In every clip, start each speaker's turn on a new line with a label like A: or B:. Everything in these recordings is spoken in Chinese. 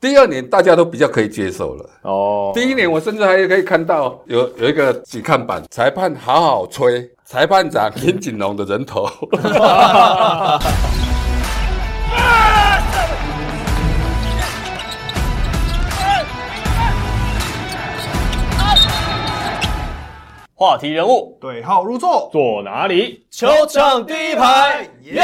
A: 第二年大家都比较可以接受了。
B: 哦，
A: 第一年我甚至还可以看到有有一个几看板，裁判好好吹，裁判长林锦龙的人头。
C: 话题人物
D: 对号入座。
B: 坐哪里？
C: 球场第一排，耶！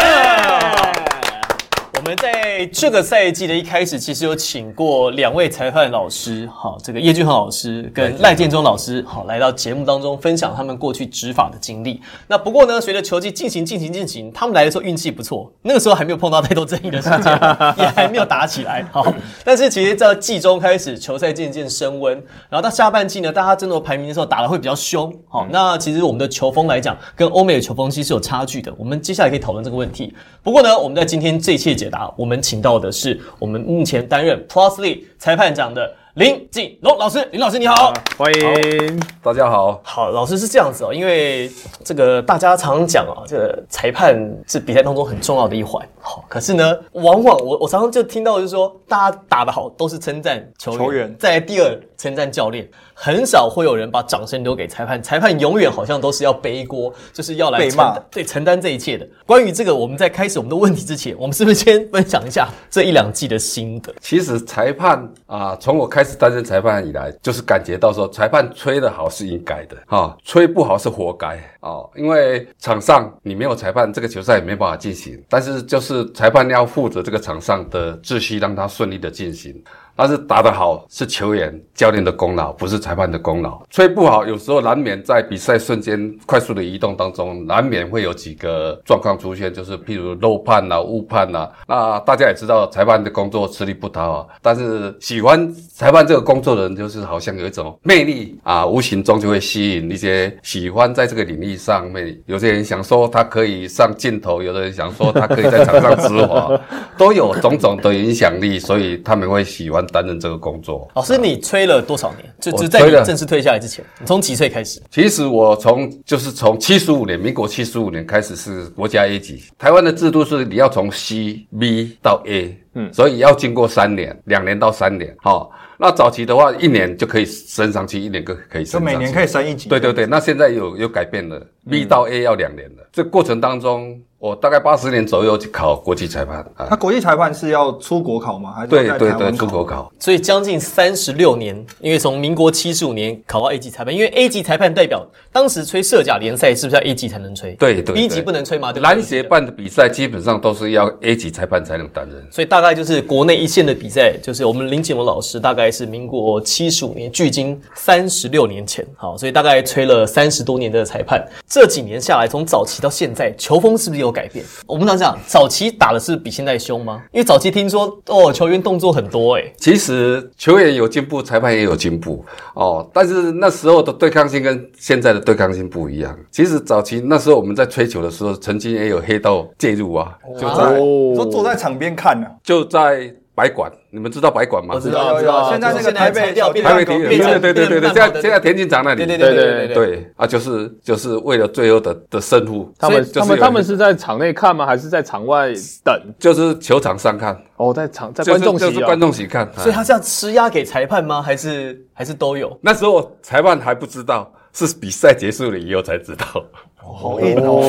C: 我们在这个赛季的一开始，其实有请过两位裁判老师，好，这个叶俊豪老师跟赖建中老师，好，来到节目当中分享他们过去执法的经历。那不过呢，随着球季进行进行进行，他们来的时候运气不错，那个时候还没有碰到太多争议的事 件，也还没有打起来，好。但是其实到季中开始，球赛渐渐升温，然后到下半季呢，大家争夺排名的时候打的会比较凶，好、那其实我们的球风来讲，跟欧美的球风其实是有差距的。我们接下来可以讨论这个问题。不过呢，我们在今天这一期的解答，我们请到的是我们目前担任 Plusly 裁判长的林锦龙老师。林老师你好。
B: 欢迎。
A: 大家好，
C: 好，老师是这样子哦，因为这个大家常常讲啊、这个裁判是比赛当中很重要的一环。好，可是呢，往往我我常常就听到就是说，大家打得好都是称赞球员，
D: 球员
C: 再来第二称赞教练，很少会有人把掌声留给裁判，裁判永远好像都是要背一锅，就是要来
D: 被
C: 承担
D: 骂
C: 对承担这一切的。关于这个，我们在开始我们的问题之前，我们是不是先分享一下这一两季的心得？
A: 其实裁判啊，从我开始担任裁判以来，就是感觉到说，裁判吹得好是应该的，哈、吹不好是活该哦。因为场上你没有裁判，这个球赛也没办法进行。但是就是裁判要负责这个场上的秩序，让它顺利的进行。但是打得好是球员、教练的功劳，不是裁判的功劳。吹不好，有时候难免在比赛瞬间快速的移动当中，难免会有几个状况出现，就是譬如漏判啦、误判啦、那大家也知道，裁判的工作吃力不讨好，但是喜欢裁判这个工作的人，就是好像有一种魅力啊，无形中就会吸引一些喜欢在这个领域上面。有些人想说他可以上镜头，有的人想说他可以在场上直滑，都有种种的影响力，所以他们会喜欢担任这个工作。
C: 老师，你吹了多少年？就
A: 我
C: 就在你
A: 吹了
C: 正式退下来之前，你从几岁开始？
A: 其实我从就是从七十五年，民国七十五年开始是国家 A 级。台湾的制度是你要从 C、B 到 A，嗯，所以要经过三年，两年到三年。好、那早期的话，一年就可以升上去，一年就可以
D: 就
A: 升上去。
D: 每年可以升一级，
A: 对对对，那现在有有改变了，B 到 A 要两年了。这过程当中，我大概八十年左右去考国际裁判啊
D: 他，国际裁判是要出国考吗？还是
A: 对
D: 要在
A: 对
D: 台
A: 对，
D: 湾
A: 出
D: 考？
A: 国考。
C: 所以将近三十六年，因为从民国七十五年考到 A 级裁判，因为 A 级裁判代表当时吹射甲联赛是不是要 A 级才能吹？
A: 对对对
C: ，B 级不能吹嘛，对吧？
A: 篮协办的比赛基本上都是要 A 级裁判才能担任。
C: 所以大概就是国内一线的比赛，就是我们林景文老师大概是民国七十五年，距今三十六年前，好，所以大概吹了三十多年的裁判。这几年下来，从早期到现在，球风是不是有改变？我们常讲，早期打的是比现在凶吗？因为早期听说哦，球员动作很多、哎诶，
A: 其实球员有进步，裁判也有进步哦。但是那时候的对抗性跟现在的对抗性不一样。其实早期那时候我们在吹球的时候，曾经也有黑道介入啊，就
D: 坐
A: 在、
D: 在
B: 哦
D: 说坐在场边看啊呢。
A: 就在白馆，你们知道白馆吗？
C: 我知
D: 有
C: 道，
D: 有
C: 我啊知道，
D: 现在那个台北
C: 拆掉变
A: 台
C: 成
A: 北体育，
C: 变
A: 对
C: 成
A: 对对对对，
C: 变
A: 现在
C: 成
A: 现在田径场那里，
C: 对对对对
B: 对
C: 对对。
A: 对啊，就是就是为了最后的的胜负，
B: 他们
A: 所以
B: 他
A: 就是
B: 们
A: 有
B: 他们是在场内看吗？还是在场外等？
A: 就是球场上看，
B: 哦，在场在
A: 就是
B: 观众
A: 就
B: 席
A: 是
B: 啊
A: 观。众席看，
C: 所
A: 啊
C: 以他是要施压给裁判吗？还是还是都有？
A: 那时候裁判还不知道，是比赛结束了以后才知道。
D: 好硬哦！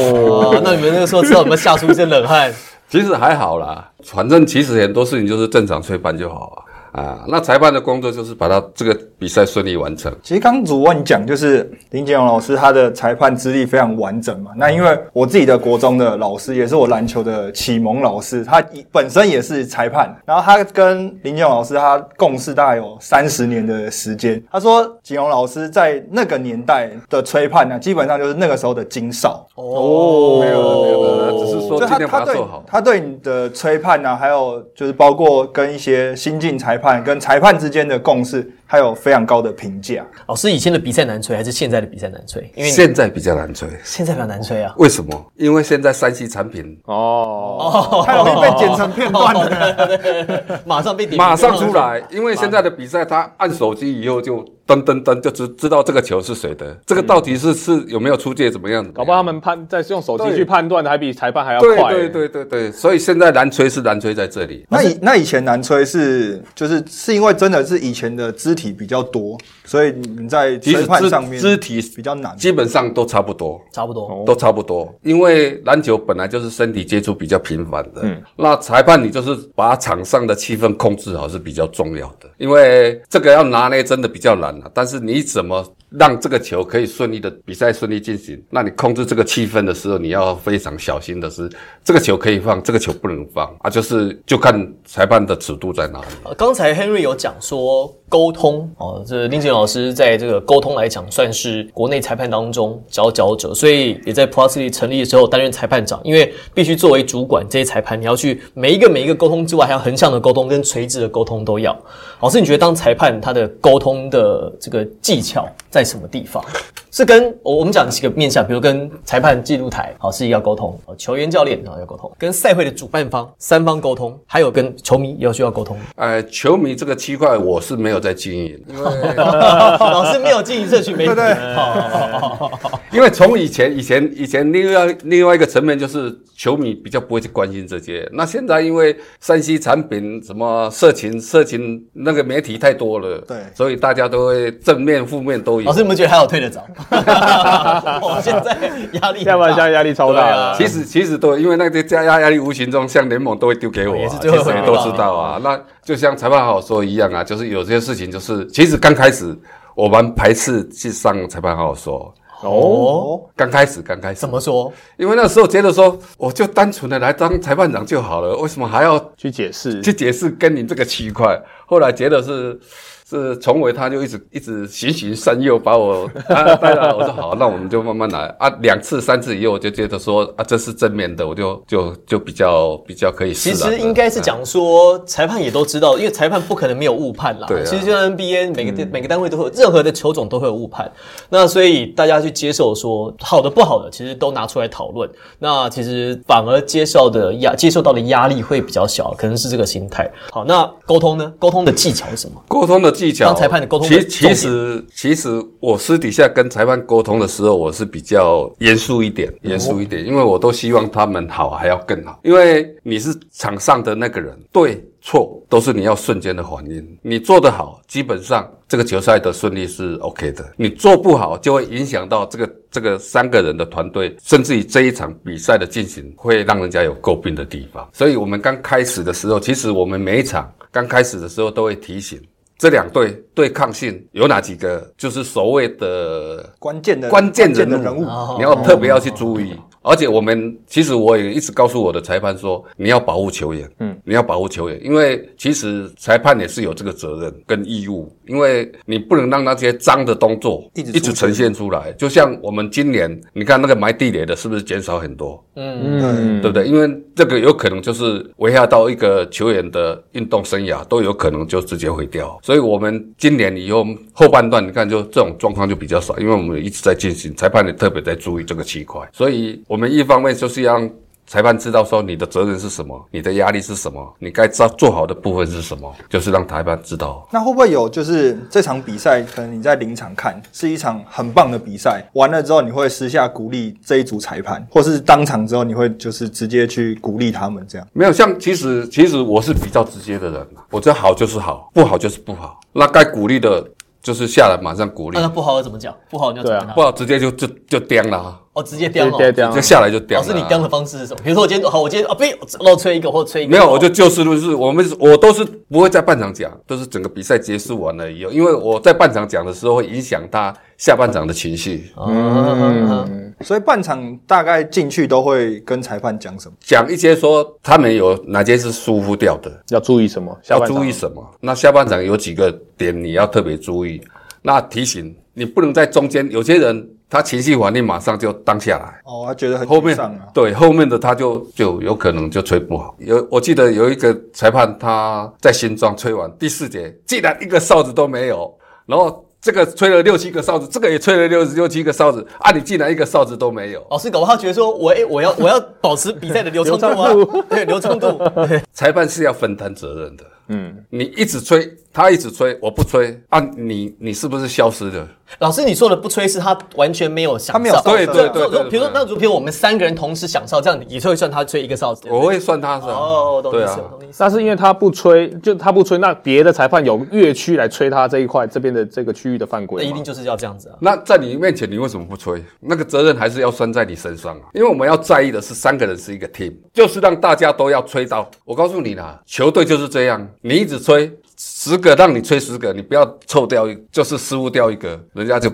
C: 哦，那你们那个时候知道有没有吓出一身冷汗？
A: 其实还好啦，反正其实很多事情就是正常吹判就好啊。啊，那裁判的工作就是把他这个比赛顺利完成。
D: 其实刚主问讲就是林杰勇老师他的裁判资历非常完整嘛。那因为我自己的国中的老师也是我篮球的启蒙老师，他以本身也是裁判，然后他跟林杰勇老师他共事大概有三十年的时间。他说景荣老师在那个年代的吹判啊呢、基本上就是那个时候的金少。
C: 哦，
A: 没有了没有了只是说
D: 所以
A: 尽
D: 他
A: 量把
D: 他
A: 它
D: 对
A: 做好。
D: 他对你的吹判啊，还有就是包括跟一些新晋裁判跟裁判之间的共识，他有非常高的评价。
C: 老哦师以前的比赛难吹还是现在的比赛难吹？因为你
A: 现在比较难吹，
C: 现在比较难吹啊。
A: 为什么？因为现在山西产品
B: 哦，
D: 太容易被剪成片段了。
C: 马上被点 名
A: 马上出。来，因为现在的比赛，他按手机以后就噔噔噔就知知道这个球是谁的，这个到底是是有没有出界，怎么样？怎么样
B: 搞不好他们判在用手机
A: 对
B: 去判断的，还比裁判还要
A: 对
B: 快。
A: 对对对对，所以现在蓝吹是蓝吹在这里，
D: 那以那以前南吹是就是是因为真的是以前的肢体比较多，所以你们在
A: 其
D: 裁
A: 实
D: 判
A: 肢
D: 上面
A: 肢体
D: 比较难。
A: 基本上都差不多。
C: 差不多，
A: 都差不多，因为篮球本来就是身体接触比较频繁的，那裁判你就是把场上的气氛控制好是比较重要的，因为这个要拿捏真的比较难啊。但是你怎么让这个球可以顺利的比赛顺利进行？那你控制这个气氛的时候，你要非常小心的是，这个球可以放，这个球不能放啊，就是就看裁判的尺度在哪里。
C: 呃刚才 Henry 有讲说沟通哦，这林景老师在这个沟通来讲，算是国内裁判当中佼佼者，所以也在 Plus League 成立的时候担任裁判长，因为必须作为主管这些裁判，你要去每一个每一个沟通之外，还要横向的沟通跟垂直的沟通都要。老师，你觉得当裁判他的沟通的这个技巧在什么地方？是跟哦我我们讲几个面向，比如跟裁判、记录台好是要沟通，哦球员、教练啊要沟通，跟赛会的主办方三方沟通，还有跟球迷也要需要沟通。
A: 呃，球迷这个区块我是没有在经营，因为
C: 老师没有经营社群媒体，
D: 对
C: 好，
A: 因为从以前以前以前另外另外一个层面就是球迷比较不会去关心这些，那现在因为山西产品什么社群社群那个媒体太多了，
D: 对
A: 所以大家都会正面负面都有
C: 老。师有没有觉得还有退得 早？我现在压力很大，
B: 下半现在压力超大
C: 对啊
B: 了。
A: 其实其实都因为那个加压压力无形中，像联盟都会丢给我、
C: 哦也
A: 啊，
C: 是
A: 其
C: 最后
A: 实
C: 会
A: 也
C: 回
A: 都
C: 报
A: 知道啊。那就像裁判好说一样啊，就是有些事情就是，其实刚开始我们排斥去上裁判好说，
C: 哦，
A: 刚开始刚开始
C: 怎，么说？
A: 因为那时候觉得说，我就单纯的来当裁判长就好了，为什么还要
B: 去解释，
A: 去解释跟你这个区块。后来觉得是是崇伟，他就一直一直循循善诱，把我啊带来。我说好，那我们就慢慢来啊。两次三次以后，我就觉得说啊，这是正面的，我就就就比较比较可以释
C: 其
A: 然了。
C: 实应该是啊讲说，裁判也都知道，因为裁判不可能没有误判啦。
A: 对啊
C: 其实就像 NBA 每个地、每个单位都会有，任何的球种都会有误判。那所以大家去接受说好的不好的，其实都拿出来讨论。那其实反而接受的压接受到的压力会比较小，可能是这个心态。好，那沟通呢？沟通的技巧是什么？
A: 沟通的技巧，
C: 当裁判的沟通的
A: 其
C: 重
A: 其
C: 点
A: 实其实我私底下跟裁判沟通的时候，我是比较严肃一点，严肃一点，因为我都希望他们好，还要更好。因为你是场上的那个人，对错都是你要瞬间的反应。你做得好，基本上这个球赛的顺利是 OK 的；你做不好，就会影响到这个这个三个人的团队，甚至于这一场比赛的进行，会让人家有诟病的地方。所以我们刚开始的时候，其实我们每一场刚开始的时候都会提醒。这两队对抗性有哪几个？就是所谓的
D: 关键的
A: 关键人
D: 的
A: 物，哦
D: 人物，哦
A: 你要特别要去注意。而且我们其实我也一直告诉我的裁判说，你要保护球员，嗯，你要保护球员，因为其实裁判也是有这个责任跟义务，因为你不能让那些脏的动作
D: 一直出
A: 一直呈现出来。就像我们今年，你看那个埋地雷的，是不是减少很多？
D: 嗯，
A: 对不对？因为这个有可能就是危害到一个球员的运动生涯，都有可能就直接毁掉。所以我们今年以后后半段，你看就这种状况就比较少，因为我们一直在进行，裁判也特别在注意这个区块。所以我们一方面就是要让裁判知道说你的责任是什么，你的压力是什么，你该做做好的部分是什么，就是让裁判知道。
D: 那会不会有就是这场比赛，可能你在临场看是一场很棒的比赛，完了之后你会私下鼓励这一组裁判，或是当场之后你会就是直接去鼓励他们这样？
A: 没有像其实其实我是比较直接的人，啊我这好就是好，不好就是不好。那该鼓励的就是下来马上鼓励
C: 啊那、，他不好的怎么讲？不好你要怎么
B: 对
C: 跟
B: 啊
A: 不
C: 他？
A: 好直接就就就颠了啊。
C: 哦，直接刁哦。
B: 对对
A: 就下来就掉
C: 老
A: 了啊。
C: 师，你刁的方式是什么？比如说我今天好，我今天啊，呸，漏吹一个或吹一个。
A: 没有，我就就事论事。我们我都是不会在半场讲，都是整个比赛结束完了以后，因为我在半场讲的时候会影响他下半场的情绪。
C: 啊嗯，
D: 所以半场大概进去都会跟裁判讲什么？
A: 讲一些说他们有哪些是疏忽掉的，
B: 要注意什么？下
A: 要
B: 半场
A: 注意什么？那下半场有几个点你要特别注意，那提醒你不能在中间。有些人他情绪反应马上就当下来。
D: 哦，他觉得很
A: 后
D: 沮
A: 面
D: 丧啊。
A: 对后面的他就就有可能就吹不好。有我记得有一个裁判他在新庄吹完第四节，竟然一个哨子都没有，然后这个吹了六七个哨子，这个也吹了六六七个哨子，啊，你竟然一个哨子都没有。
C: 老师哦搞不好觉得说，我哎、我要我要保持比赛的流畅度啊， 对流畅度，对
A: 裁判是要分担责任的。
B: 嗯，
A: 你一直吹，他一直吹，我不吹啊，你你是不是消失了？
C: 老师，你说的不吹是他完全没有享受，
D: 他没有
A: 对对对
C: 就就
A: 对
C: 啊比如说，
A: 对
C: 那如果比如我们三个人同时享受，这样也会算他吹一个哨子。
A: 我会算他是吧
C: 哦，我懂你
A: 对
C: 意思，
A: 啊
C: 我，懂你意思。
B: 那是因为他不吹，就他不吹，那别的裁判有越区来吹他这一块这边的这个区域的犯
C: 那
B: 规
C: 一
B: 嘛
C: 定就是要这样子啊。
A: 那在你面前，你为什么不吹？那个责任还是要拴在你身上啊！因为我们要在意的是三个人是一个 team，就是让大家都要吹到。我告诉你啦，球队就是这样，你一直吹十个，让你吹十个，你不要臭掉一，就是失误掉一个，人家就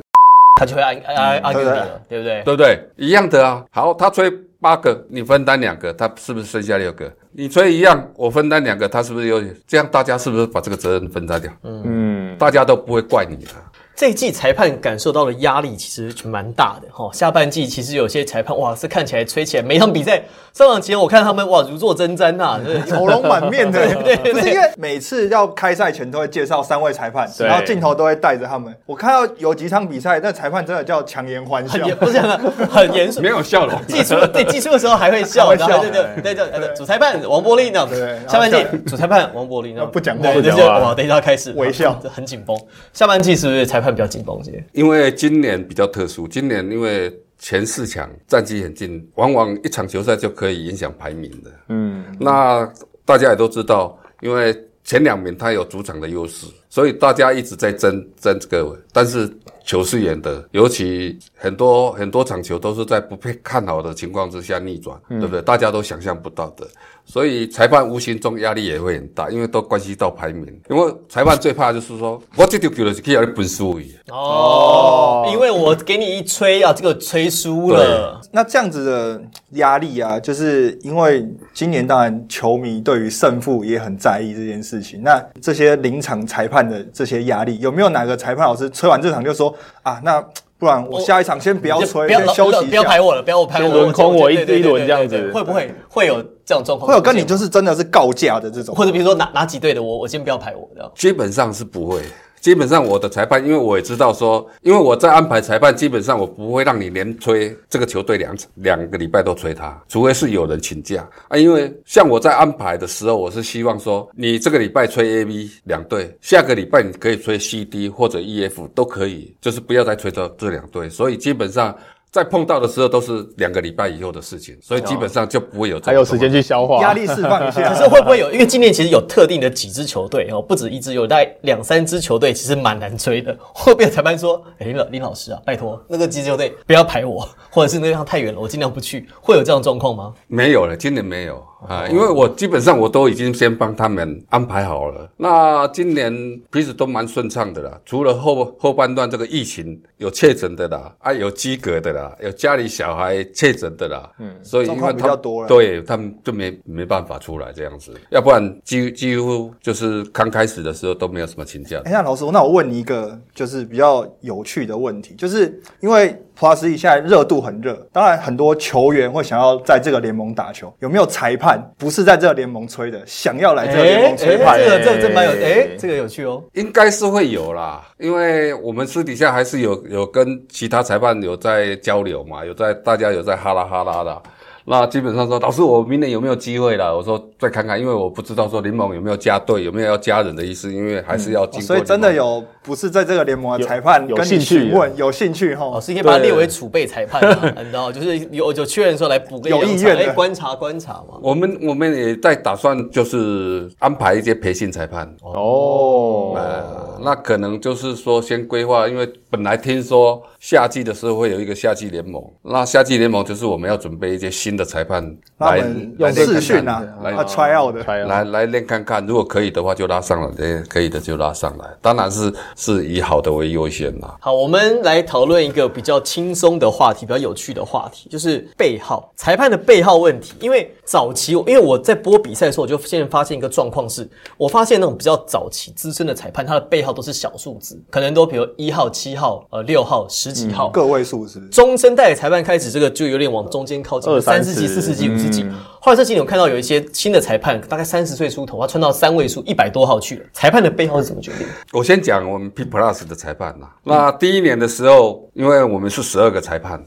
C: 他就会按按按给你
D: 对对
C: 了，对不对？
A: 对不对？一样的啊。好，他吹八个，你分担两个，他是不是剩下六个？你吹一样，我分担两个，他是不是有？这样大家是不是把这个责任分担掉？
B: 嗯，
A: 大家都不会怪你了。
C: 这一季裁判感受到的压力其实蛮大的哈、下半季其实有些裁判哇，是看起来吹起来每场比赛上场前我看他们哇如坐针毡啊呐、对
D: 愁容满面的，
C: 对对对
D: 不是因为每次要开赛前都会介绍三位裁判，
B: 对
D: 然后镜头都会带着他们。我看到有几场比赛，那裁判真的叫强颜欢
C: 很
D: 笑，
C: 严，不是这样的，很严肃
A: 没。有笑容，
C: 技术对技术的时候还会笑，
D: 还会
C: 然后
D: 笑
C: 对对对对对，主裁判王柏林那样
D: 对
C: 子
D: 然，后
C: 下半季
D: 笑
C: 主裁判王柏林那样
D: 不讲话
C: 对
D: 不
C: 就
B: 讲
C: 是
B: 话
C: 哇，等一下开始
D: 微笑
C: 这很紧绷。下半季是不是裁判比较紧绷些？
A: 因为今年比较特殊，今年因为前四强战绩很近，往往一场球赛就可以影响排名的。嗯，那大家也都知道，因为前两名他有主场的优势，所以大家一直在争争这个。但是球是圆的，尤其很多很多场球都是在不被看好的情况之下逆转，对不对？大家都想象不到的。所以裁判无形中压力也会很大，因为都关系到排名。因为裁判最怕就是说，我这丢球就是去让你分输而已。啊
C: 哦，因为我给你一吹啊，这个吹输了，
D: 那这样子的压力啊，就是因为今年当然球迷对于胜负也很在意这件事情。那这些临场裁判的这些压力，有没有哪个裁判老师吹完这场就说啊，那不然我下一场先不要
C: 就
D: 吹，
C: 不要
D: 先休息一
C: 不要
D: 下
C: 排？我了，不要我排我，
B: 先轮空我一
C: 对对对
B: 一轮这样
C: 对对对
B: 子
C: 会不会会有这种状况？
D: 会有跟你就是真的是告假的这种，
C: 或者比如说哪哪几队的我我先不要排我
B: 啊
C: 的，
A: 基本上是不会。基本上我的裁判，因为我也知道说，因为我在安排裁判，基本上我不会让你连吹这个球队两场两个礼拜都吹他，除非是有人请假啊。因为像我在安排的时候，我是希望说，你这个礼拜吹 A、B 两队，下个礼拜你可以吹 C、D 或者 E、F 都可以，就是不要再吹到这两队。所以基本上在碰到的时候都是两个礼拜以后的事情，所以基本上就不会有这
B: 还有时间去消化
D: 压力释放一下。
C: 可是会不会有？因为今年其实有特定的几支球队哦，不止一支，有大概两三支球队其实蛮难追的。会不会有裁判说：“哎、林老林老师啊，拜托那个几支球队不要排我，或者是那个地方太远了，我尽量不去。”会有这种状况吗？
A: 没有了，今年没有
D: 哦
A: 啊，因为我基本上我都已经先帮他们安排好了。那今年彼此都蛮顺畅的啦，除了后后半段这个疫情有确诊的啦，啊有及格的啦，有家里小孩确诊的啦，嗯，所以因为他
D: 状况比较多啦
A: 对他们就没没办法出来这样子，要不然几几乎就是刚开始的时候都没有什么请假
D: 哎、。那老师，那我问你一个就是比较有趣的问题，就是因为 Plus E 现在热度很热，当然很多球员会想要在这个联盟打球，有没有裁判不是在这个联盟吹的，想要来这个联盟吹
C: 哎
D: 判？
C: 这个这个这蛮有哎、
B: 哎
C: 这个有趣哦。
A: 应该是会有啦，因为我们私底下还是有有跟其他裁判有在交流嘛，有在大家有在哈拉哈拉的。那基本上说，老师，我明年有没有机会啦？我说再看看，因为我不知道说联盟有没有加队，有没有要加人的意思，因为还是要经过、
D: 哦所以真的。有不是在这个联盟的裁判
B: 有
D: 跟
B: 兴
D: 你
B: 趣哦
D: 询问有兴趣哈？
C: 老师可以把它列为储备裁判、啊，你知道，就是有有确认说来补个
D: 有
C: 两场
D: 意愿的
C: 哎观察观察嘛。
A: 我们我们也在打算就是安排一些培训裁判，
B: 哦，
A: 呃，那可能就是说先规划，因为本来听说夏季的时候会有一个夏季联盟，那夏季联盟就是我们要准备一些新的裁判
D: 他
A: 来
D: 们
A: 来练
D: 用
A: 看
D: 视
A: 看
D: 讯啊，
A: 来
D: 啊 try out 的。
B: 来
A: 来来练看看，如果可以的话就拉上来，对可以的就拉上来，当然是是以好的为优先啦。
C: 好，我们来讨论一个比较轻松的话题，比较有趣的话题，就是背号裁判的背号问题。因为早期，因为我在播比赛的时候，我就现在发现一个状况是，我发现那种比较早期资深的裁判，他的背号都是小数字，可能都比如一号、七号、呃六号、十几号，
D: 个位数是不是？
C: 中生代的裁判开始，这个就有点往中间靠近，
B: 二
C: 三
B: 三
C: 十级、
B: 十
C: 四十级、五十级。后来这几年我看到有一些新的裁判，大概三十岁出头，他穿到三位数一百多号去了。裁判的背号是怎么决定？
A: 我先讲我们 P Plus 的裁判啦。那第一年的时候，因为我们是十二个裁判，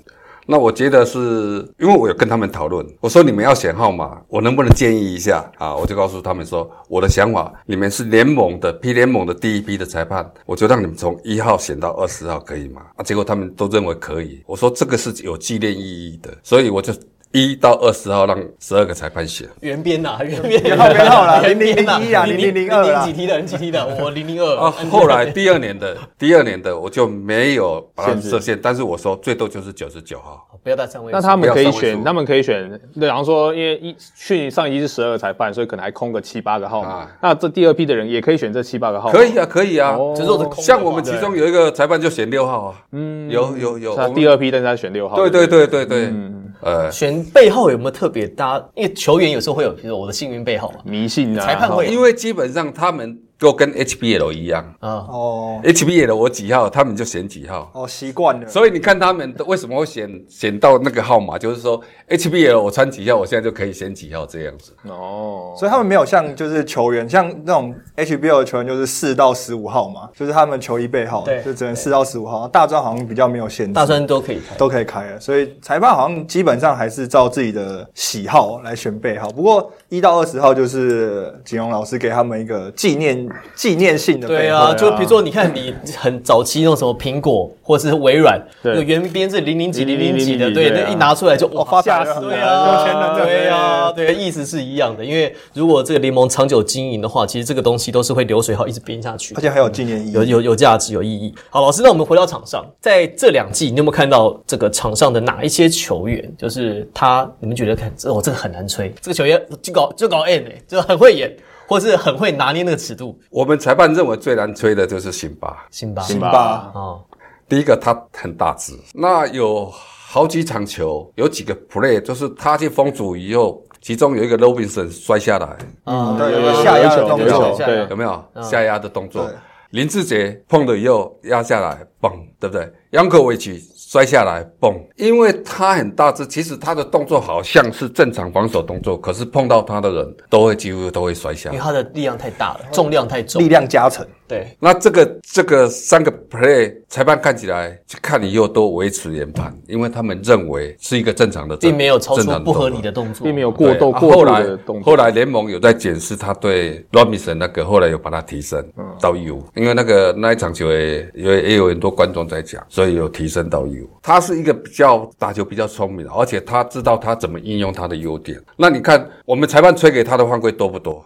A: 那我觉得是因为我有跟他们讨论，我说你们要选号码，我能不能建议一下啊？我就告诉他们说我的想法，你们是联盟的 P 联盟的第一批的裁判，我就让你们从一号选到二十号，可以吗？啊，结果他们都认为可以。我说这个是有纪念意义的，所以我就。一到二十号让十二个裁判选，
C: 原编呐，原编，啊
D: 原号编号啦
C: 原编呐
D: 0001啊
C: 你你
D: 0002啦
C: 你几 T 的，你几 T 的，我零零二嗯
A: 啊，后来第二年的第二年的我就没有把它设限，但是我说最多就是九十九号。
C: 不要到三位数。
B: 那他们可以
A: 不要三位
B: 选，
A: 数
B: 他们可以选，对，然后说，因为一去上一是十二个裁判，所以可能还空个七八个号码
A: 啊。
B: 那这第二批的人也可以选这七八个号码，
A: 可以啊，可以啊，
B: 哦
C: 只是我的空的
A: 像我们
C: 话
A: 其中有一个裁判就选六号啊，嗯，有有有，
B: 那
A: 我们
B: 第二批，但是他选六号。
A: 对
B: 不
A: 对对对对，呃，
C: 选背号有没有特别搭？因为球员有时候会有，比如说我的幸运背号嘛，
B: 迷信啊，
C: 裁判会
A: 因为基本上他们都跟 HBL 一样
C: 啊，
D: 哦
A: ，HBL 我几号，他们就选几号。
D: 哦，习惯了。
A: 所以你看他们为什么会选选到那个号码，就是说 HBL 我穿几号，我现在就可以选几号这样子。
B: 哦，
D: 所以他们没有像就是球员，像那种 HBL 的球员就是四到十五号嘛，就是他们球衣背号
C: 对
D: 就只能四到十五号。大专好像比较没有限制，
C: 大专都可以开。
D: 都可以开了，所以裁判好像基本上还是照自己的喜好来选背号。不过一到二十号就是景荣老师给他们一个纪念纪念性的
C: 对
D: 背号，
C: 啊，就比如说，你看你很早期那种什么苹果或者是微软，
B: 对
C: 有原编是零零几零零几的，
B: 00
C: 对，
B: 对啊
C: 那一拿出来就
D: 哦
C: 哇
D: 发达
B: 吓
D: 了，
B: 死
C: 对
D: 有钱人
C: 啊，
D: 的
C: 对啊，对，意思是一样的。因为如果这个联盟长久经营的话，其实这个东西都是会流水号一直编下去
D: 而。且还有纪念意
C: 有
D: 义。
C: 有有价值，有意义。好，老师，那我们回到场上，在这两季，你有没有看到这个场上的哪一些球员，就是他，你们觉得看这我、这个很难吹，这个球员就搞就搞 N 哎、就很会演，或是很会拿捏那个尺度，
A: 我们裁判认为最难吹的就是辛巴，
C: 辛巴
D: 辛
B: 巴
D: 巴
C: 哦，
A: 第一个他很大只，那有好几场球，有几个 play 就是他去封阻以后，其中有一个 Robinson 摔下来，
C: 啊
D: 嗯对
B: 有
D: 有
B: 有
D: 个下压的
B: 有
D: 动
B: 有
D: 作
C: 下压
B: 对
A: 有，没有下压的动作
D: 对？
A: 林志杰碰了以后压下来，嘣，对不对？杨可维奇摔下来，嘣，因为他很大只，其实他的动作好像是正常防守动作，可是碰到他的人都会几乎都会摔下
C: 因为。他的力量太大了，重量太重
D: 力，量加成，
C: 对，
A: 那这个这个三个 play 裁判看起来去看以后都维持研判，因为他们认为是一个正常的正，
C: 并没有超
A: 正
C: 出
A: 常
C: 不合
A: 动作
C: 理的动作，
B: 并没有过
A: 对
B: 度
A: 啊
B: 过
A: 后
B: 度
A: 来
B: 的动作。
A: 后来联盟有在检视他对 Robinson 那个，后来有把他提升
B: 嗯
A: 到一五，因为那个那一场球也也也有很多观众在讲，所以有提升到一五。他是一个比较打球比较聪明的，而且他知道他怎么应用他的优点。那你看我们裁判吹给他的犯规多不多？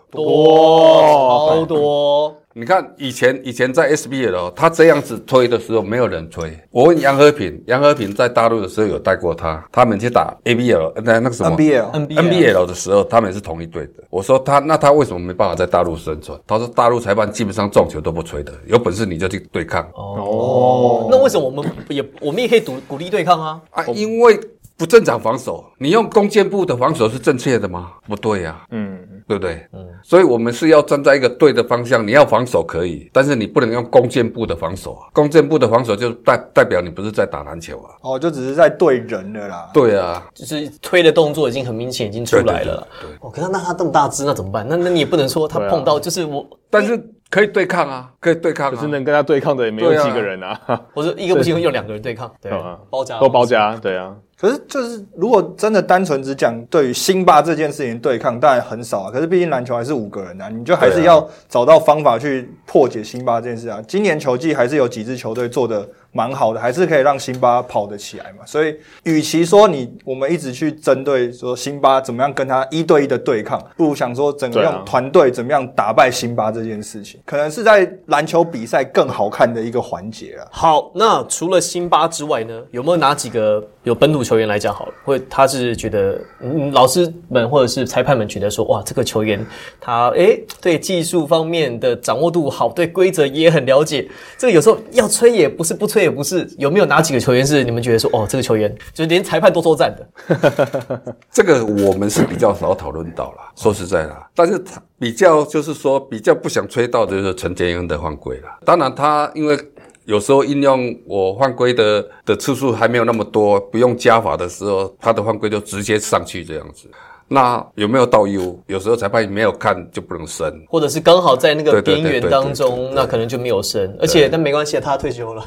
C: 多超多，
A: 你看以前以前在 SBL 哦他这样子推的时候没有人推。我问杨和平，杨和平在大陆的时候有带过他，他们去打 ABL 呃那那个什么
D: NBL
C: NBA
A: NBL 的时候，他们也是同一队的。我说他，那他为什么没办法在大陆生存？他说大陆裁判基本上撞球都不吹的，有本事你就去对抗、
C: 那为什么我们也我们也可以鼓鼓励对抗啊？
B: 哦
A: 啊，因为不正常防守，你用弓箭步的防守是正确的吗？不对呀、
B: 嗯，
A: 对不对？嗯，所以我们是要站在一个对的方向。你要防守可以，但是你不能用弓箭步的防守啊。弓箭步的防守就代代表你不是在打篮球啊。
D: 哦，就只是在对人了啦。
A: 对啊，
C: 就是推的动作已经很明显，已经出来了。哦，可是那他这么大只，那怎么办？那那你也不能说他
B: 对啊
C: 碰到就是我，
A: 但是可以对抗啊，可以对抗啊。
B: 可是能跟他对抗的也没有几个人啊，
C: 或者一个不行用两个人对抗，对
B: 对啊，
C: 包夹
B: 都包夹，对啊，
D: 可是就是如果真的单纯只讲对于辛巴这件事情对抗，当然很少啊。可是毕竟篮球还是五个人啊，你就还是要找到方法去破解辛巴这件事啊。今年球季还是有几支球队做的蛮好的，还是可以让辛巴跑得起来嘛。所以与其说你我们一直去针对说辛巴怎么样跟他一对一的对抗，不如想说整个
B: 对啊
D: 用团队怎么样打败辛巴这件事情，可能是在篮球比赛更好看的一个环节啊。
C: 好，那除了辛巴之外呢，有没有哪几个有本土球员来讲好了？或者他是觉得，嗯，老师们或者是裁判们觉得说，哇，这个球员他诶、对技术方面的掌握度好，对规则也很了解。这个有时候要吹也不是，不吹也不是。有没有哪几个球员是你们觉得说，哦，这个球员就是连裁判都说赞的？
A: 这个我们是比较少讨论到啦，说实在啦，但是他比较就是说比较不想吹到的就是陈建英的犯规啦。当然他因为有时候应用我犯规的的次数还没有那么多，不用加法的时候，他的犯规就直接上去这样子。那有没有倒 U？有时候裁判没有看就不能升。
C: 或者是刚好在那个
A: 对对
C: 边
A: 对
C: 缘
A: 对
C: 当
A: 对
C: 中，那可能就没有升，而且但没关系，他退休了，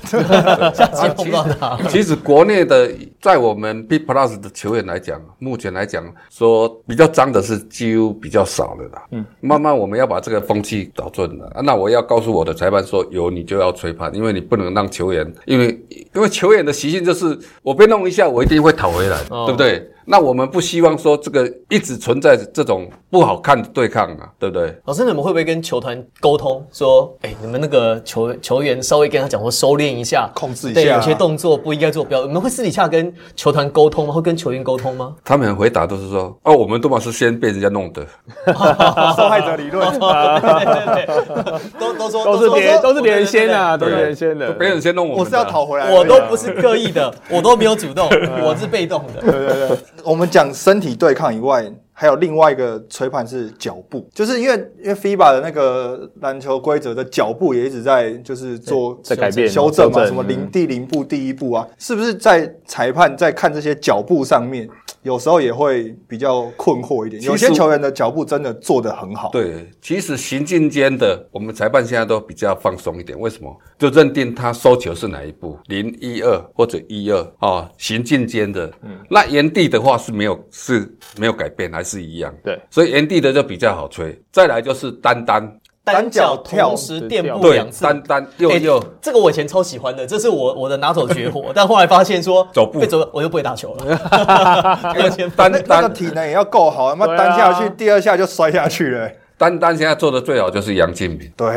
C: 下次又碰到他。
A: 其实国内的，在我们 B Plus 的球员来讲，目前来讲说比较脏的是几乎比较少了啦。嗯，慢慢我们要把这个风气搞准了、啊。那我要告诉我的裁判说，有你就要吹判，因为你不能让球员，因为因为球员的习性就是我被弄一下，我一定会讨回来，
C: 哦
A: 对不对？那我们不希望说这个一直存在这种不好看的对抗啊，对不对？
C: 老师，你们会不会跟球团沟通说，哎、你们那个球球员稍微跟他讲说收敛一下，
D: 控制一
C: 对，
D: 下啊
C: 有些动作不应该做，不要。你们会私底下跟球团沟通吗？会跟球员沟通吗？
A: 他们回答都是说，哦，我们都嘛是先被人家弄的。
D: 啊受害者理论。
C: 对对对，都都说
B: 都是别人都是别人先
C: 啊。
B: 啊，都是别人先的。
A: 别人先弄我们
D: 我
A: 的
D: 是要讨回来而已啊，
C: 我都不是刻意的，我都没有主动，我是被动的。
D: 对对对，我们讲身体对抗以外，还有另外一个吹判是脚步，就是因为因为 FIBA 的那个篮球规则的脚步也一直在就是做
B: 在改变
D: 修正
B: 修
D: 嘛，
B: 正
D: 什么
B: 嗯
D: 零第零步第一步啊，是不是在裁判在看这些脚步上面，有时候也会比较困惑一点？
A: 其实
D: 有些球员的脚步真的做得很好，，
A: 对，其实行进间的我们裁判现在都比较放松一点，为什么？就认定他收球是哪一步，零一二或者一二啊，行进间的。
D: 嗯
A: 那原地的话是没有是没有改变，还是一样。
B: 对，
A: 所以原地的就比较好吹。再来就是单单，
C: 单
D: 单
C: 脚
D: 脚
C: 同时垫
D: 哦
C: 步
A: 对
C: 两，次，
A: 单单右
C: 哎
A: 右。
C: 这个我以前超喜欢的，这是我我的拿手绝活。但后来发现说，
A: 走步
C: 被走我就不会打球 了。 我以前
A: 单
D: 哎那那个
A: 单
D: 体能也要够好啊，那
B: 对啊
D: 单下去第二下就摔下去了、欸
A: 单单，现在做的最好就是杨敬敏。
D: 对，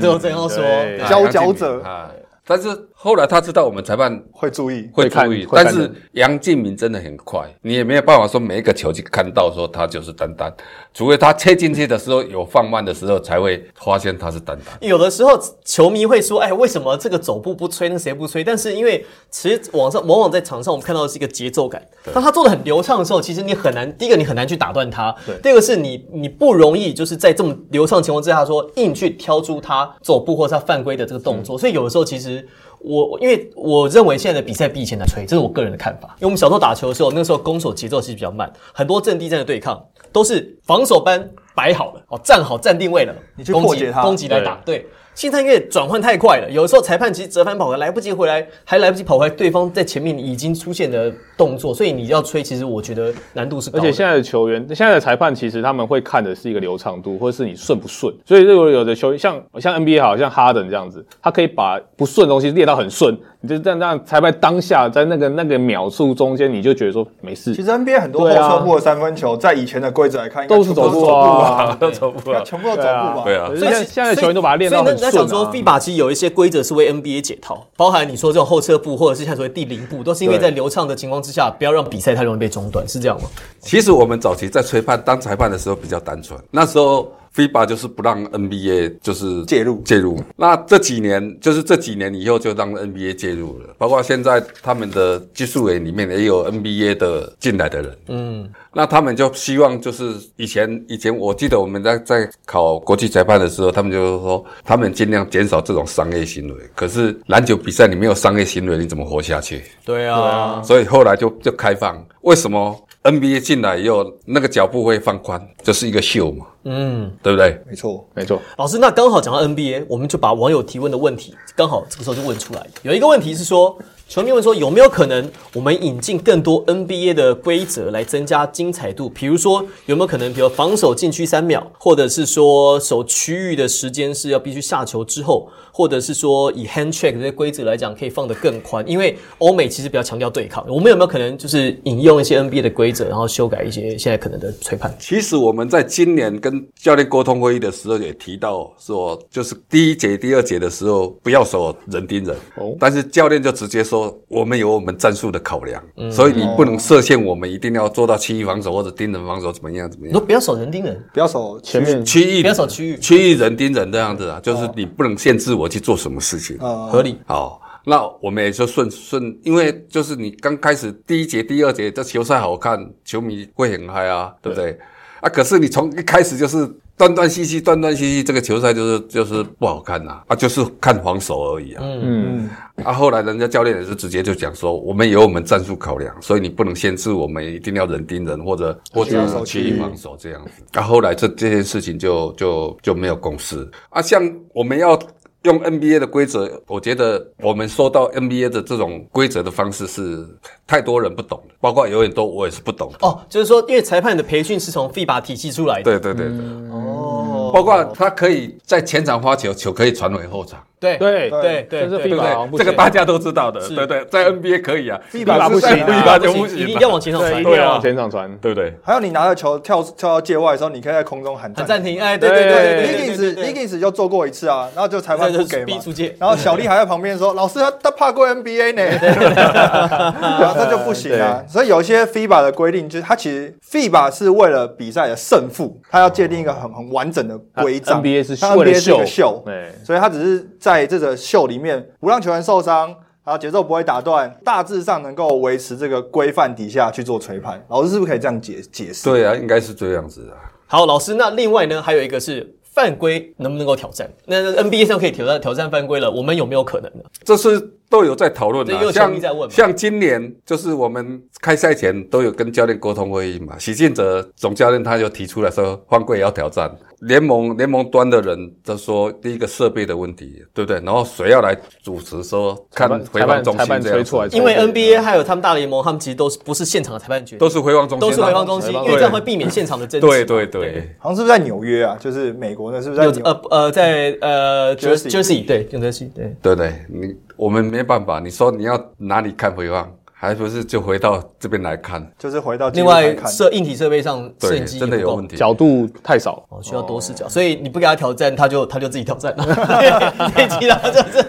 C: 只有这样说，
B: 对
C: 对
A: 啊
D: 佼
A: 杨敬
D: 佼
A: 敏
D: 者
A: 啊！但是后来他知道我们裁判
D: 会注意。
A: 会
B: 会看
A: 注意，
B: 会看
A: 但是
B: 的
A: 杨敬敏真的很快，你也没有办法说每一个球去看到说他就是单单，除非他切进去的时候有放慢的时候才会发现他是单单。
C: 有的时候球迷会说，哎，为什么这个走步不吹，那个谁不吹？但是因为其实网上往往在场上我们看到的是一个节奏感，当他做的很流畅的时候，其实你很难，第一个你很难去打断他，第二个是你你不容易就是在这么流畅的情况之下说硬去挑出他走步或是他犯规的这个动
D: 嗯
C: 作，所以有的时候其实。我因为我认为现在的比赛比以前的吹，这是我个人的看法。因为我们小时候打球的时候，那时候攻守节奏其实比较慢，很多阵地战的对抗都是防守班摆好了，哦，站好站定位了，
D: 你去
C: 攻击
D: 破解他
C: 攻击来打。对，现在因为转换太快了，有的时候裁判其实折返跑回来来不及回来，还来不及跑回来，对方在前面已经出现的动作，所以你要吹，其实我觉得难度是高
B: 而
C: 的。
B: 且现在的球员，现在的裁判其实他们会看的是一个流畅度，或者是你顺不顺。所以如果有的球员像像 NBA 好像哈登这样子，他可以把不顺的东西列到很顺，你就这样让裁判当下在那个那个秒数中间，你就觉得说没事
D: 其，实 NBA 很多后
B: 对啊
D: 撤步的三分球，在以前的规则来看，应该
B: 都是
D: 全部都
B: 走步
D: 啊，
B: 啊。
A: 走不
D: 全部都走步吧？
A: 对啊
B: 可，是
C: 所以
B: 呃现在现在的球员都把它练到
C: 所以
B: 很
C: 那那
B: 顺
C: 想说
B: 啊。
C: ，FIBA 其实有一些规则是为 NBA 解套，包含你说这种后撤步或者是像所谓第零步，都是因为在流畅的情况之下，不要让比赛太容易被中断，是这样吗？
A: 其实我们早期在吹判当裁判的时候比较单纯，那时候 FIBA 就是不让 NBA 就是
D: 介入
A: 介入。那这几年就是这几年以后就让 NBA 介入了，包括现在他们的技术员里面也有 NBA 的进来的人。嗯，那他们就希望就是以前以前我记得我们在在考国际裁判的时候，他们就是说他们尽量减少这种商业行为。可是篮球比赛你没有商业行为，你怎么活下去？
C: 对啊，
A: 所以后来就就开放。为什么 NBA 进来以后那个脚步会放宽？就是一个秀嘛，
C: 嗯，
A: 对不对？
D: 没错，
B: 没错，
C: 老师，那刚好讲到 NBA，我们就把网友提问的问题，刚好这个时候就问出来。有一个问题是说，球迷问说有没有可能我们引进更多 NBA 的规则来增加精彩度？比如说有没有可能，比如防守禁区三秒，或者是说守区域的时间是要必须下球之后，或者是说以 hand check 这些规则来讲，可以放得更宽，因为欧美其实比较强调对抗。我们有没有可能就是引用一些 NBA 的规则，然后修改一些现在可能的吹判？
A: 其实我们在今年跟教练沟通会议的时候也提到说，就是第一节、第二节的时候不要守人盯人，
B: 哦
A: 但是教练就直接说我们有我们战术的考量，所以你不能设限，我们一定要做到区域防守或者盯人防守怎么样怎么
C: 你
A: 样
C: 说。不要守人盯人，
D: 不要守
B: 前面
A: 区域
C: 不要守区域哦
A: 区域人盯人这样子啊，就是你不能限制我去做什么事情。
D: 呃
C: 合理。
A: 好，那我们也就顺顺，因为就是你刚开始第一节、第二节这球赛好看，球迷会很嗨啊，对不对？啊，可是你从一开始就是断断续续，断断续续，这个球赛就是就是不好看呐、啊，就是看防守而已啊。
B: 嗯
A: 啊，后来人家教练也是直接就讲说，我们有我们战术考量，所以你不能限制我们一定要人盯人或者或者
D: 守
A: 去硬防守这样子。啊，后来这这件事情就就就没有共识啊。像我们要用 NBA 的规则，我觉得我们说到 NBA 的这种规则的方式是太多人不懂的，包括有很多我也是不懂的。
C: 哦，就是说，因为裁判的培训是从 FIBA 体系出来的，
A: 对对对对，
C: 哦，
A: 包括他可以在前场发球，球可以传回后场。
C: 对
B: 对
C: 对对，
B: 这是
A: 对
B: FIBA
A: 不
B: 好像
A: 对？
B: 不
A: 这个
B: 行
A: 大家都知道的，
C: 哦是
A: 对对，在 NBA 可以啊
D: ，FIBA
A: 可是在
D: 不行啊
A: FIBA 就
C: 不
A: 不
C: 行，一
A: 行
C: 定
A: 了，
C: 要往前场
B: 对，
C: 传
B: 一。定
A: 对
B: 要
A: 啊
B: 往前场传。
A: 对不对？
D: 还有你拿着球跳跳到界外的时候，你可以在空中喊
C: 喊
D: 暂
C: 暂
D: 停。
C: 停，哎，对对
B: 对
C: 对对对对对
D: Higgins
C: 对
D: Higgins 就做过一次啊，然后就裁判不给
C: 逼
D: 嘛
C: 出界，
D: 然后小丽还在旁边说：“老师，他他怕过 NBA 呢。”然后这就不行啊。所以有些 FIBA 的规定，就是它其实 FIBA 是为了比赛的胜负，它要界定一个很很完整的规
B: 它
D: 章。
B: NBA 是
D: 它
B: 为了
D: NBA 是一个
B: 秀
D: 秀
B: 对，
D: 所以它只是在这个秀里面不让球员受伤。然后节奏不会打断，大致上能够维持这个规范底下去做吹判。老师是不是可以这样解解释？
A: 对啊，应该是这样子的。啊
C: 好，老师，那另外呢，还有一个是犯规能不能够挑战？那那 NBA 上可以挑战挑战犯规了，我们有没有可能呢？
A: 这是都有在讨论
C: 对也有
A: 的，
C: 球迷在问嘛
A: 像像今年就是我们开赛前都有跟教练沟通会议嘛，许晋哲总教练他就提出来说，犯规也要挑战。联盟联盟端的人就说，第一个设备的问题，对不对？然后谁要来主持说看
B: 裁判
A: 回放中
B: 裁
A: 心
B: 判
A: 这样
B: 吹出来
A: 子，
C: 因为 NBA 还有他们大联盟，他们其实都是不是现场的裁判决定，
A: 都是回放中心
C: 都
A: 啊，
C: 是回放中心，因为这样会避免现场的争执。
A: 对对对，
D: 好像是不是在纽约啊？就是美国呢，是不是在
C: 有
D: 纽？
C: 呃呃，在呃 Jersey
D: Jersey
C: Jersey 对，用 Jersey 对。
A: 对对，你我们没办法，你说你要哪里看回放，还不是就回到这边来看？
D: 就是回到纪
C: 另
D: 录来
C: 外，
D: 看
C: 摄硬体设备上摄
A: 对，
C: 影机
A: 真的
C: 也不
A: 有
C: 够
A: 问题。
B: 角度太少，
C: 哦，需要多视角，所以你不给他挑战，他就他就自己挑战了。 这一集他就是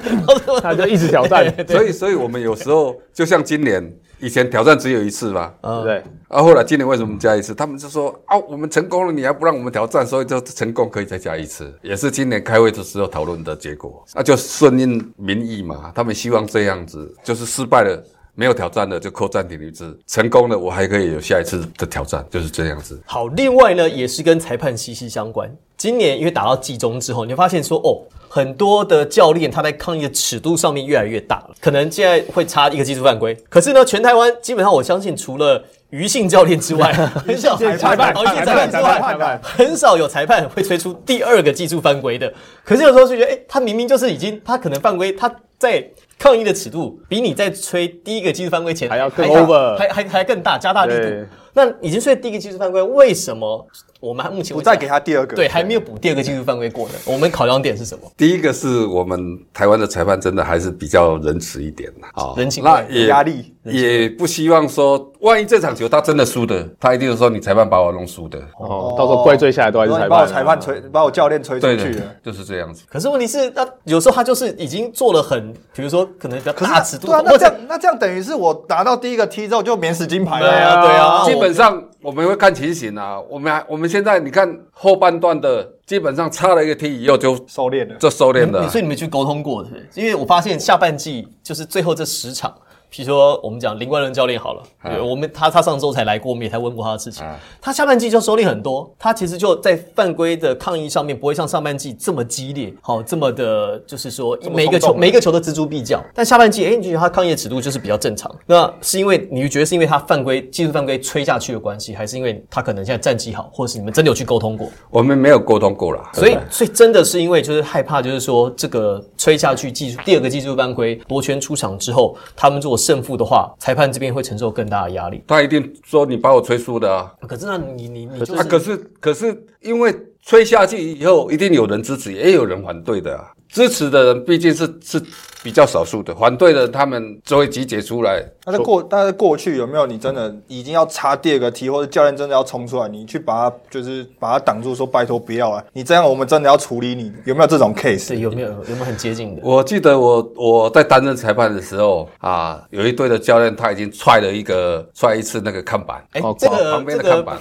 B: 他 就一直挑战，对
A: 所以，所以我们有时候就像今年，以前挑战只有一次嘛，
B: 不对？
A: 啊，后来今年为什么加一次？他们就说啊，我们成功了，你还不让我们挑战，所以就成功可以再加一次，也是今年开会的时候讨论的结果。那、就顺应民意嘛，他们希望这样子，就是失败了。没有挑战的就扣暂停一次，成功了我还可以有下一次的挑战，就是这样子。
C: 好，另外呢，也是跟裁判息息相关。今年因为打到季中之后，你会发现说，哦，很多的教练他在抗议的尺度上面越来越大了，可能现在会差一个技术犯规。可是呢，全台湾基本上我相信，除了余姓教练之外，很少
D: 裁判
C: 哦余姓裁判之
D: 裁判
C: 外
D: 裁判，
C: 很少有裁判会吹出第二个技术犯规的。可是有时候就觉得，哎、他明明就是已经，他可能犯规，他在。抗议的尺度比你在吹第一个技术犯规前
B: 还要更
C: 大
B: over
C: 还还还更大，加大力
B: 对
C: 度。那已经算第一个技术犯规，为什么我们目前
D: 不
C: 为止
D: 再给他第二个。
C: 对还没有补第二个技术犯规过呢？我们考量点是什么？
A: 第一个是我们台湾的裁判真的还是比较仁慈一点的啊，
C: 人情味
A: 那也
D: 压力
A: 也不希望说，万一这场球他真的输的，他一定说你裁判把我弄输的，
B: 哦，到时候怪罪下来都还是
D: 然后
B: 裁
D: 你把
B: 判
D: 我
B: 啊，
D: 裁判吹，把我教练吹出
A: 对
D: 去
C: 啊
A: 的
D: 了。，
A: 就是这样子。
C: 可是问题是，那有时候他就是已经做了很，比如说可能比较
D: 可是
C: 大尺度
D: 对
C: 的，
D: 啊，那
C: 或
D: 这
C: 者
D: 样那这样等于是我拿到第一个 T 之后就免死金牌
C: 对
D: 了。
C: 啊对啊，
A: 基本上我们会看情形啊，我们还我们现在你看后半段的，基本上差了一个 T 以后就
D: 收敛了。
A: 就收敛
C: 你
A: 了
C: 所。以你们去沟通过，对不对？因为我发现下半季就是最后这十场，比如说我们讲林冠伦教练好了，
D: 啊
C: 对我们他他上周才来过，我们也才问过他的事情
A: 啊。
C: 他下半季就收敛很多，他其实就在犯规的抗议上面不会像上半季这么激烈，好这么的，就是说
D: 么
C: 每一个球
D: 冲动
C: 每一个球都锱铢必较。但下半季，哎，你就觉得他抗议的尺度就是比较正常。那是因为你觉得是因为他犯规技术犯规吹下去的关系，还是因为他可能现在战绩好，或者是你们真的有去沟通过？
A: 我们没有沟通过啦，
C: 所以
A: 对不，
C: 所以真的是因为就是害怕，就是说这个吹下去技术第二个技术犯规，夺权出场之后，他们如果胜负的话，裁判这边会承受更大的压力。
A: 对他一定说你把我吹输的啊。
C: 可是那你你你就
A: 啊，可是可是因为吹下去以后，一定有人支持，也有人反对的啊。支持的人毕竟是是比较少数的，反对的他们就会集结出来。
D: 但是过，但是过去有没有你真的已经要插第二个 T，或者教练真的要冲出来，你去把他就是把他挡住，说拜托不要了，你这样我们真的要处理你，有没有这种 case？
C: 是有没有有没有很接近的？
A: 我记得我我在担任裁判的时候啊，有一队的教练他已经踹了一个踹一次那个看板，
C: 哎
B: 哦，
C: 这个
A: 旁
C: 这
A: 边的
C: 个
A: 看板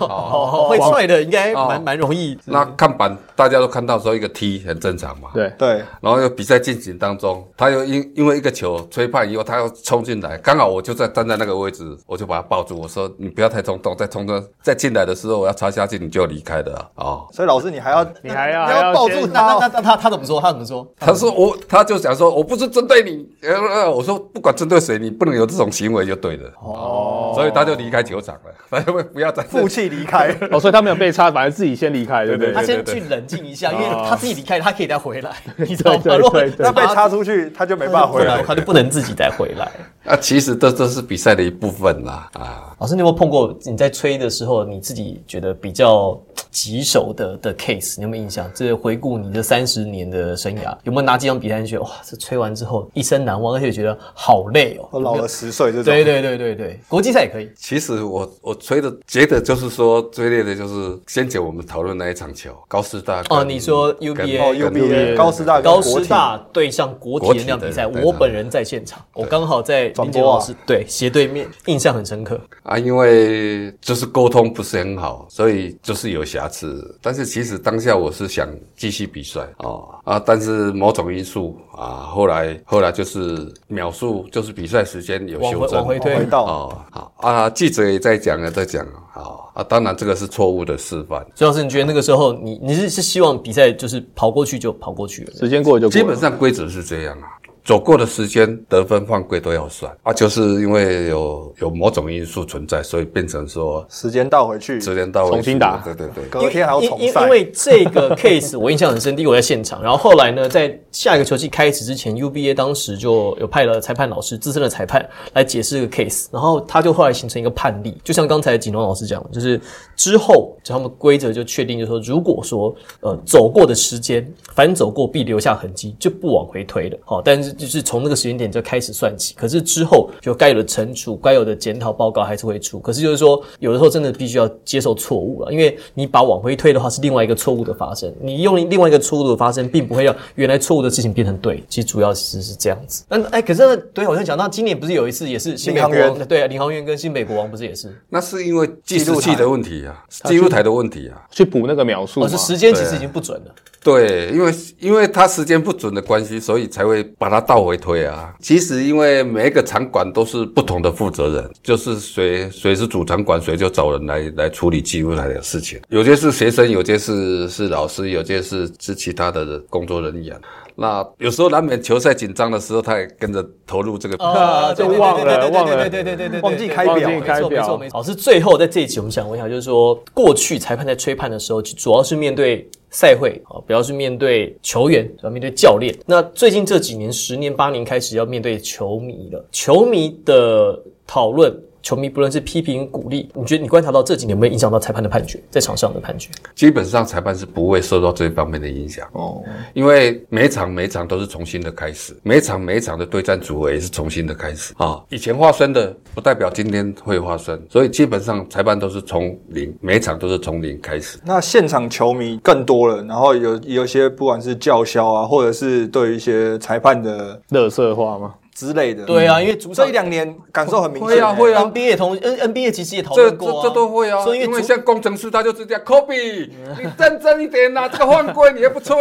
C: 哦，会踹的应该蛮蛮容易。
A: 那看板大家都看到说一个 T 很正常嘛，
B: 对，
D: 对，
A: 然后又比赛进行当中，他又因因为一个球吹判以后，他又冲进来，刚好我就在站在那个位置，我就把他抱住，我说你不要太冲动，再冲动再进来的时候我要插下去你就离开的啊、哦。
D: 所以老师你还要
B: 你还要
D: 你要抱住
B: 先
D: 他
C: 那那
D: 哦，
C: 那他他怎么说？他怎么说？
A: 他说我，他就想说我不是针对你，呃呃，我说不管针对谁，你不能有这种行为就对了。哦，所以他就离开球场了， 他就不要再
D: 负气离开。
B: 哦，所以他没有被插，反而自己先离开，对不对
A: 对
C: 他
A: 对？
C: 先去冷静一下，因为
B: 哦
C: 他自己离开，他可以再回来，你知道吗？
B: 对对
C: 如果
B: 对对
D: 那被插出去，他就没办法回来。
C: 他就不能自己再回来。
A: 啊，其实这这是比赛的一部分啦啊。
C: 老师，你有没有碰过你在吹的时候，你自己觉得比较棘手的的 case？你有没有印象？这回顾你这三十年的生涯，有没有哪几场比赛你觉得哇，这吹完之后一生难忘，而且觉得好累哦？
D: 我老了十岁这种。
C: 对对对对对，国际赛也可以。
A: 其实我我吹的觉得就是说最烈的就是先前我们讨论那一场球，高师大跟
C: 哦你说 UBA
D: 哦
A: 跟
D: ，UBA 高师大跟
C: 高
D: 啊国体
C: 师大对上国体的那场比赛，
A: 国体的
C: 我本人在现场，我刚好在林杰
D: 啊
C: 老师对斜对面，印象很深刻。
A: 啊，因为就是沟通不是很好，所以就是有瑕疵。但是其实当下我是想继续比赛哦啊，但是某种因素啊，后来后来就是秒数就是比赛时间有
C: 往
A: 修
C: 回
A: 正
C: 往回
D: 回
C: 推，
D: 到
A: 哦，好啊，记者也在讲啊，在讲好啊，当然这个是错误的示范。
C: 所以老师，你觉得那个时候你你是是希望比赛就是跑过去就跑过去了？
B: 时间过了就过了
A: 基本上规则是这样啊，走过的时间得分犯规都要算啊，就是因为有有某种因素存在，所以变成说
D: 时间倒回去，
A: 时间到位
B: 重新打
A: 对对对。
D: 隔天还要
C: 因
D: 重
C: 因
D: 赛
C: 因。为这个 case 我印象很深，第一个我在现场，然后后来呢，在下一个球季开始之前，UBA 当时就有派了裁判老师，资深的裁判来解释这个 case，然后他就后来形成一个判例，就像刚才景龙老师讲的，就是之后就他们规则就确定，就是说如果说呃走过的时间，凡走过必留下痕迹，就不往回推了。好、但是就是从那个时间点就开始算起，可是之后就该有的惩处、该有的检讨报告还是会出，可是就是说有的时候真的必须要接受错误了，因为你把往回推的话是另外一个错误的发生，你用另外一个错误的发生，并不会让原来错误的事情变成对，其实主要其实是这样子。那哎，可是那对，我想讲到今年不是有一次也是新北国
D: 领航
C: 王，对啊，领航员跟新北国王不是也是，
A: 那是因为计时器的问题啊，记录台的问题啊。
B: 去补那个秒数
C: 哦，
B: 嘛，
C: 是时间其实已经不准了。
A: 对，因为因为它时间不准的关系，所以才会把它倒回推啊。其实因为每一个场馆都是不同的负责人，就是谁谁是主场馆，谁就找人来来处理记录台的事情。有些是学生，有些是是老师，有些是是其他的人工作人员。那有时候难免球赛紧张的时候，他也跟着投入这个。
C: 啊，
B: 就
C: 对对
B: 忘
C: 对
B: 了
C: 对对
B: 忘了
C: 对对对对对对，
D: 忘记开
B: 忘
D: 表
B: 记
C: 没错没
B: 开
C: 错
B: 表
C: 没，错。老师，最后在这一集，我们想问一下，就是说过去裁判在吹判的时候，主要是面对赛会啊，不要是面对球员，主要面对教练。那最近这几年，十年八年开始要面对球迷了，球迷的讨论。球迷不论是批评、鼓励，你觉得你观察到这几年有没有影响到裁判的判决，在场上的判决？
A: 基本上裁判是不会受到这方面的影响哦，因为每一场每一场都是重新的开始，每一场每一场的对战组合也是重新的开始啊。以前发生的不代表今天会发生，所以基本上裁判都是从零，每一场都是从零开始。
D: 那现场球迷更多了，然后有有一些不管是叫嚣啊，或者是对于一些裁判的
B: 乐色化吗？
D: 之类的。
C: 对啊，因为主场
D: 这一两年感受很明显。。
A: 会啊会啊
C: NBA 同 N NBA 其实也讨
A: 这
C: 论
A: 这
C: 过啊，
A: 这都会啊，
C: 所以
A: 因
C: 因为
A: 为
C: 主
A: 像工程师他就直接 Kobe，你认真一点呐、这个犯规你也不吹，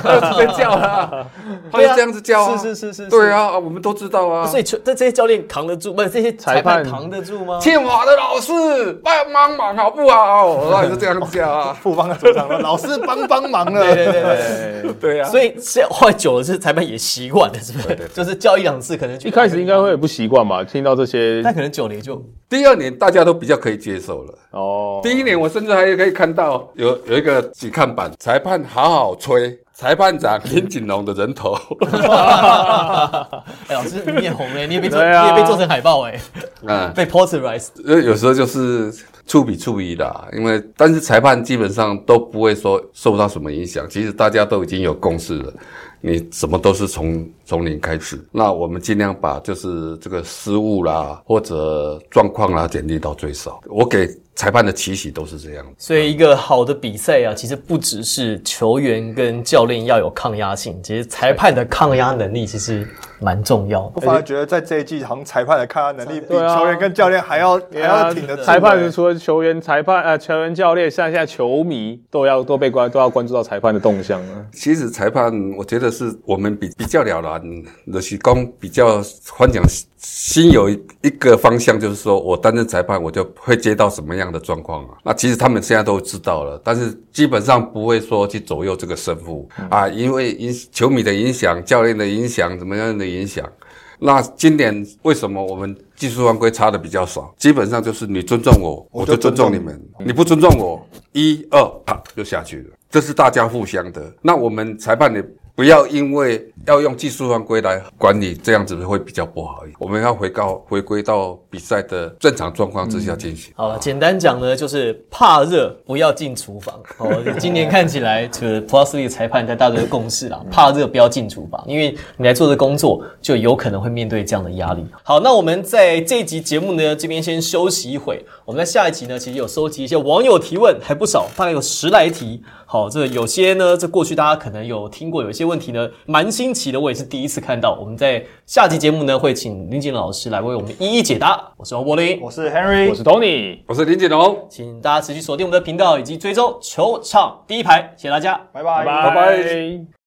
A: 他就直接叫了，他就这样子叫啊，
C: 是是是是是
A: 对啊，啊我们都知道啊，
C: 所以球这这些教练扛得住，不是这些裁
B: 裁判
C: 判扛得住吗？
A: 欠我的老师帮帮忙好不好？ 那也是这样讲啊
D: 复方的主场说：“老师帮帮忙了。”
C: 对对对对。
A: 对啊，
C: 所以是后来久了，是裁判也习惯了，是不是？就是叫一两次，可能就
B: 一开始应该，会不习惯吧，听到这些
C: 但可能久了也就
A: 第二年大家都比较可以接受了。
B: 哦，
A: 第一年我甚至还可以看到有有一个几看板，裁判好好吹，裁判长林锦龙的人头。
C: 哎，老师你也红哎，你也被做，
B: 对啊
C: 你也被做成海报哎，
A: 嗯，
C: 被 posterized。
A: 呃，有时候就是触笔触笔啦，因为但是裁判基本上都不会说受到什么影响，其实大家都已经有共识了。你什么都是从从零开始，那我们尽量把就是这个失误啦或者状况啦减低到最少。我给裁判的期许都是这样。
C: 所以一个好的比赛啊，其实不只是球员跟教练要有抗压性，其实裁判的抗压能力其实蛮重要
D: 我。反而觉得在这一季，好像裁判的抗压能力比
B: 对啊
D: 球员跟教练还要还要挺得住。
B: 哎裁判
D: 欸
B: 除了球员、裁判呃球员、教练，像现在球迷都要都被关都要关注到裁判的动向啊了。
A: 其实裁判，我觉得是我们比比较了然，就是讲比较反讲心有一一个方向，就是说我担任裁判，我就会接到什么样的状况啊？那其实他们现在都知道了，但是基本上不会说去左右这个胜负、啊，因为因球迷的影响、教练的影响、怎么样的影响。那今年为什么我们技术犯规差的比较少？基本上就是你尊重我，我
D: 我
A: 就
D: 就
A: 尊
D: 尊
A: 重
D: 重
A: 你
D: 你
A: 们；你不尊重我，一二啪就下去了。这是大家互相的。那我们裁判也不要因为要用技术犯规来管理，这样子会比较不好一点。我们要回到回归到比赛的正常状况之下进行。
C: 好了，简单讲呢，就是怕热不要进厨房。哦，今年看起来就是 Plus League 裁判在大家的共识啦，怕热不要进厨房，因为你来做的工作就有可能会面对这样的压力。好，那我们在这一集节目呢，这边先休息一会。我们在下一集呢，其实有收集一些网友提问，还不少，大概有十来题。好，这有些呢，这过去大家可能有听过，有一些问题呢蛮新奇的，我也是第一次看到。我们在下集节目呢，会请林景老师来为我们一一解答。我是王柏林，
D: 我是 Henry，
B: 我是 Tony，
A: 我是林锦龙，
C: 请大家持续锁定我们的频道以及追踪球场第一排，谢谢大家。
D: 拜
B: 拜
D: 拜
B: 拜。